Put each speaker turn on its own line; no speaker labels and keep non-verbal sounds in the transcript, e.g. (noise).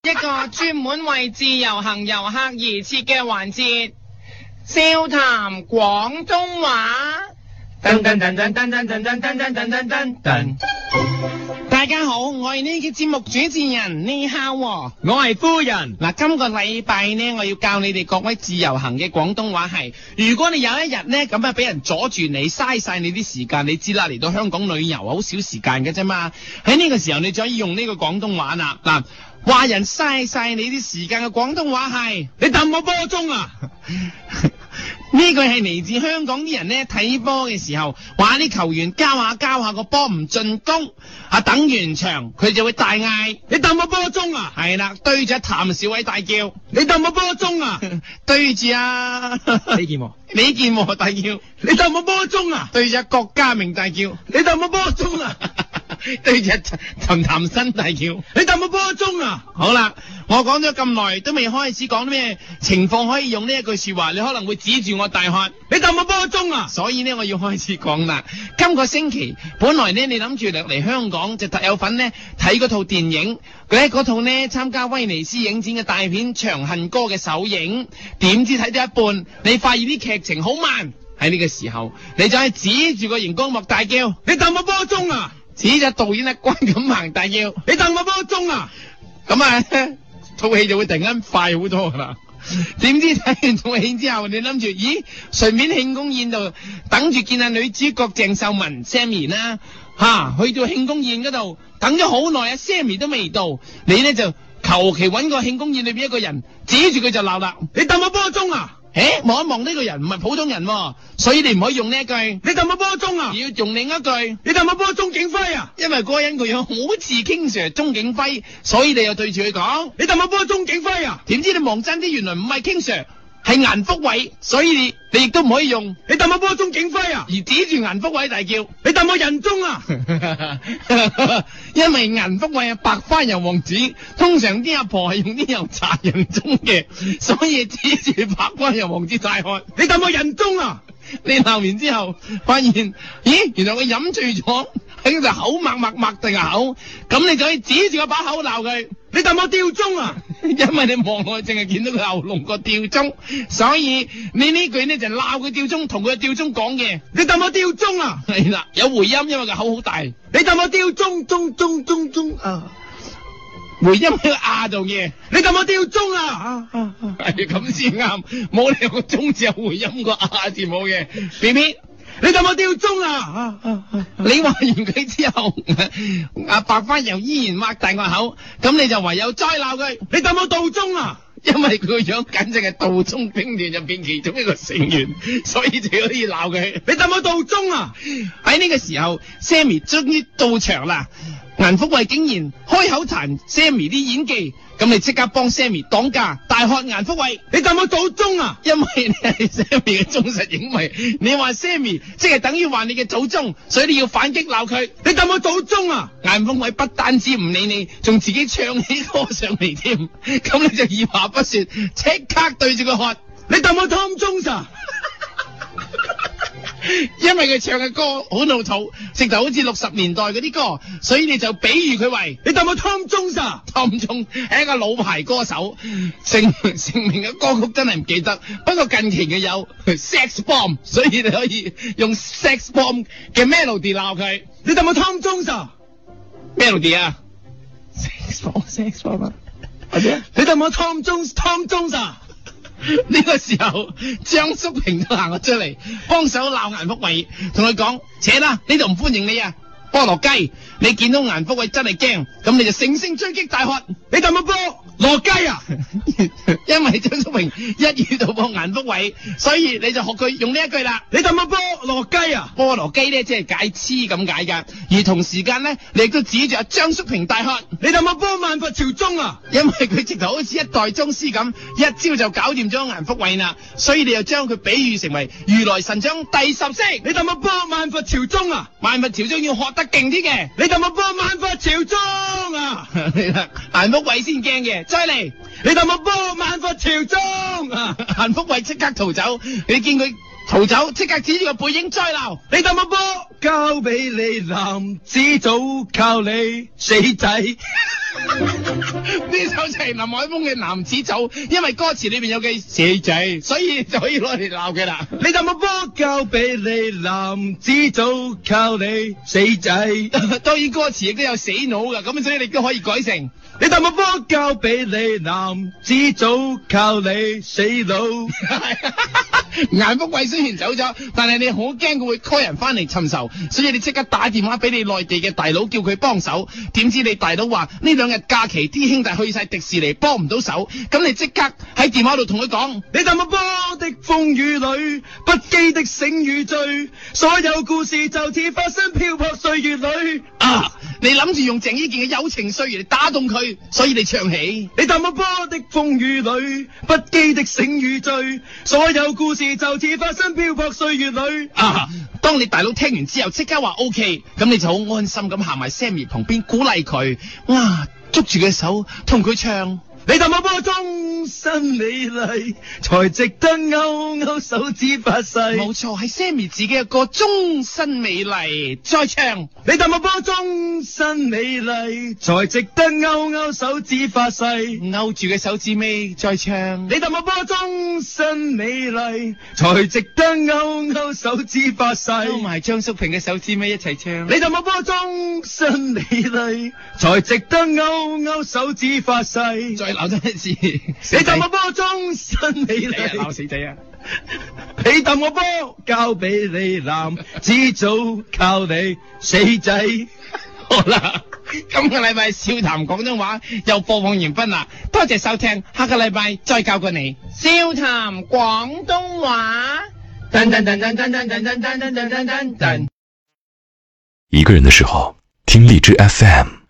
一個專門為自由行遊客而設嘅環節，笑談廣東話。
噔噔噔噔噔噔噔噔噔噔噔噔噔，
大家好，我係呢個節目主持人呢烤喎。
我係夫人。
嗱，今個禮拜呢，我要教你哋各位自由行嘅廣東話係，如果你有一日呢，咁啊俾人阻住你，嘥晒你啲時間，你知啦，嚟到香港旅遊啊，好少時間嘅啫嘛。喺呢個時候，你就可以用呢個廣東話啦。嗱，話人嘥晒你啲時間嘅廣東話係。
你揼我波鐘
(laughs)
啊！
呢句係嚟自香港啲人呢睇波嘅時候，話啲球員交下交下個波唔進攻，啊等完場佢就會大嗌，
你揼我波鐘啊！
係啦，對住譚少偉大叫， (laughs)
你揼我波鐘啊！
對住
(laughs)
啊
你見冇？
李健和大叫，
你揼我波鐘啊！
對住啊郭家明大叫， (laughs)
你揼我波鐘啊！
對住啊陳譚新大叫。
你揼我波鐘啊！
好啦，我講咗咁耐都未開始講咩情況可以用呢一句說話，你可能會指住我大喝。
你揼我波鐘啊！
所以呢，我要開始講啦。今個星期本來呢，你諗住嚟嚟香港就特有份呢睇嗰套電影，佢嗰套呢參加威尼斯影展嘅大片《長恨歌》嘅首映，點知睇到一半，你發現啲劇情好慢。喺呢個時候，你就係指住個熒光幕大叫，
你揼我波鐘啊！
指住導演啊關錦鵬大叫，
你揼我波鐘啊！
咁啊 (laughs) 套戲就會突然間快好多噶啦。點知睇完套戲之後，你諗住，咦，順便慶功宴度等住見下女主角鄭秀文 Sammy 啦，吓、去到慶功宴嗰度等咗好耐啊，Sammy 都未到，你呢就求其揾個慶功宴裏邊一個人指住佢就鬧啦，
你揼我波鐘啊！
誒望一望呢個人唔係普通人、喎，所以你唔可以用呢一句，
你揼我波鐘啊！
要用另一句。
你揼我波鐘景輝啊！
因為嗰個人佢樣好似 King Sir 鐘景輝，所以你又對住佢講。
你揼我波鐘景輝啊！
點知你望真啲，原來唔係 King Sir，係顏福偉，所以你你亦都唔可以用
你揼我波鐘景輝啊！
而指住顏福偉大叫， (laughs)
你揼我人中啊！
因為顏福偉係白花油王子，通常啲阿婆係用啲油搽人中嘅，所以指住白花油王子大喝。
你揼我人中啊！
你鬧完之後，發現咦，原來佢飲醉咗，喺度口擘擘擘定係口，咁你就可以指住個把口鬧佢。
你揼我吊鐘啊！
(laughs) 因為你望落去淨係見到佢喉嚨個吊鐘，所以你呢句呢就鬧佢吊鐘，同佢吊鐘講嘅
你揼我吊鐘啊！
係啦，有回音，因為佢口好大，回
你揼我吊鐘鐘鐘鐘鐘啊！
音喺個啊度嘅，
你撳我吊鐘啊！啊啊啊
係咁先啱，冇理由個鐘字有回音個啊字冇嘅，B B。
你撳我吊鐘啊！啊啊啊
你話完佢之後， (laughs) 阿白花油依然擘大個口，咁你就唯有再鬧佢，
你撳我道鐘啊！
因為佢個樣簡直係道中兵團入邊其中一個成員，所以就可以鬧佢。
你撳我道鐘啊！
喺呢個時候，Sammy 終於到場啦。顏福慧竟然開口彈 Sammy 啲演技，咁你即刻幫 Sammy 擋架，大喝顏福慧，
你撳我道鐘啊！
因為你係 (laughs) Sammy 嘅忠實影迷，你話 Sammy 即係等於話你嘅祖宗，所以你要反擊鬧佢。
你撳我道鐘啊！
顏福慧不單止唔理你，仲自己唱起歌上嚟添， (laughs) 咁你就二話不說，即刻對住佢喝。
你撳我 Tom Jones 啊！
因為佢唱嘅歌好老土，直頭好似六十年代嗰啲歌，所以你就比喻佢為
你撳我 Tom Jones 啊！
tom 中係一個老牌歌手，成成名嘅歌曲真係唔記得，不過近期嘅有 Sex Bomb，所以你可以用 Sex Bomb 嘅 melody 鬧佢
你撳我 Tom Jones 啊！
melody 啊，Sex Bomb，Sex Bomb 啊，或者
你撳我 Tom Jones，Tom Jones 啊！
呢個時候，張叔平都行咗出嚟，幫手鬧顏福偉，同佢講：扯啦，呢度唔歡迎你啊！菠蘿雞，你見到顏福偉真係驚，咁你就乘勝追擊，大喝 (laughs)
你撳我波羅雞啊！
因為張叔平一遇到個顏福偉，所以你就學佢用呢一句啦。
你撳我波羅雞啊！
菠蘿雞咧，即係解黐咁解㗎，而同時間咧，你亦都指住阿張叔平大喝，
你撳我波萬佛朝宗啊！
因為佢直頭好似一代宗師咁，一招就搞掂咗顏福偉啦，所以你就將佢比喻成為如來神掌第十式。
你撳我波萬佛朝宗啊！
萬物朝宗要學得勁啲嘅。 (laughs)
你撳我波萬佛朝宗啊！
係啦，顏福偉先驚嘅，再嚟， (laughs)
你撳我波萬佛朝宗啊！
顏福偉即刻逃走。你見佢逃走，即刻指住個背影追流。
你抌個波交俾你男子早靠你死仔。
(laughs) 呢首就係林海峰嘅《男子組》，因為歌詞裏面有句死仔，所以就可以攞嚟鬧佢啦。
你抌個波交俾你男子早靠你死仔。你
(laughs) 當然歌詞亦都有死腦噶，咁所以你都可以改成 (laughs)
抌個波交俾你男子早靠你死佬。
顏福貴雖然走咗，但係你好驚佢會 call 人翻嚟尋仇，所以你即刻打電話俾你內地嘅大佬叫佢幫手。點知你大佬話呢兩日假期啲兄弟去晒迪士尼，幫唔到手，咁你即刻喺電話度同佢講。
你淡我波的風雨裏，不羈的醒與醉，所有故事就似發生漂泊歲月裏。
啊！你諗住用鄭伊健嘅友情歲月嚟打動佢，所以你唱起。
你淡我波的風雨裏，不羈的醒與醉，所有故事就似發生漂泊歲月裏。
啊！ (laughs) 當你大佬聽完之後，即刻話 O K，咁你就好安心咁行埋 Sammy 旁邊鼓勵佢，啊，捉住佢手同佢唱。
你淡我波終身美麗，才值得勾勾手指發誓。
冇錯，係 Sammy 自己嘅歌《終身美麗》，再唱。
你淡我波終身美麗，才值得勾勾手指發誓。
勾住嘅手指尾，再唱。
你氹我波終身美麗，才值得勾勾手指發誓。
勾埋張淑平嘅手指尾一齊唱。
你氹我波終身美麗，才值得勾勾手指發誓。你
再鬧多一次。你
氹我波終身美
你啊鬧
麗，
死仔啊！
你氹我波交俾你男，只早靠你死仔。
好啦，今個禮拜笑談廣東話又播放完畢啦，多謝收聽，下個禮拜再教過你笑談廣東話。
噔噔噔噔噔噔噔噔噔噔噔噔。
噔。
一个人的时候，听荔枝 FM。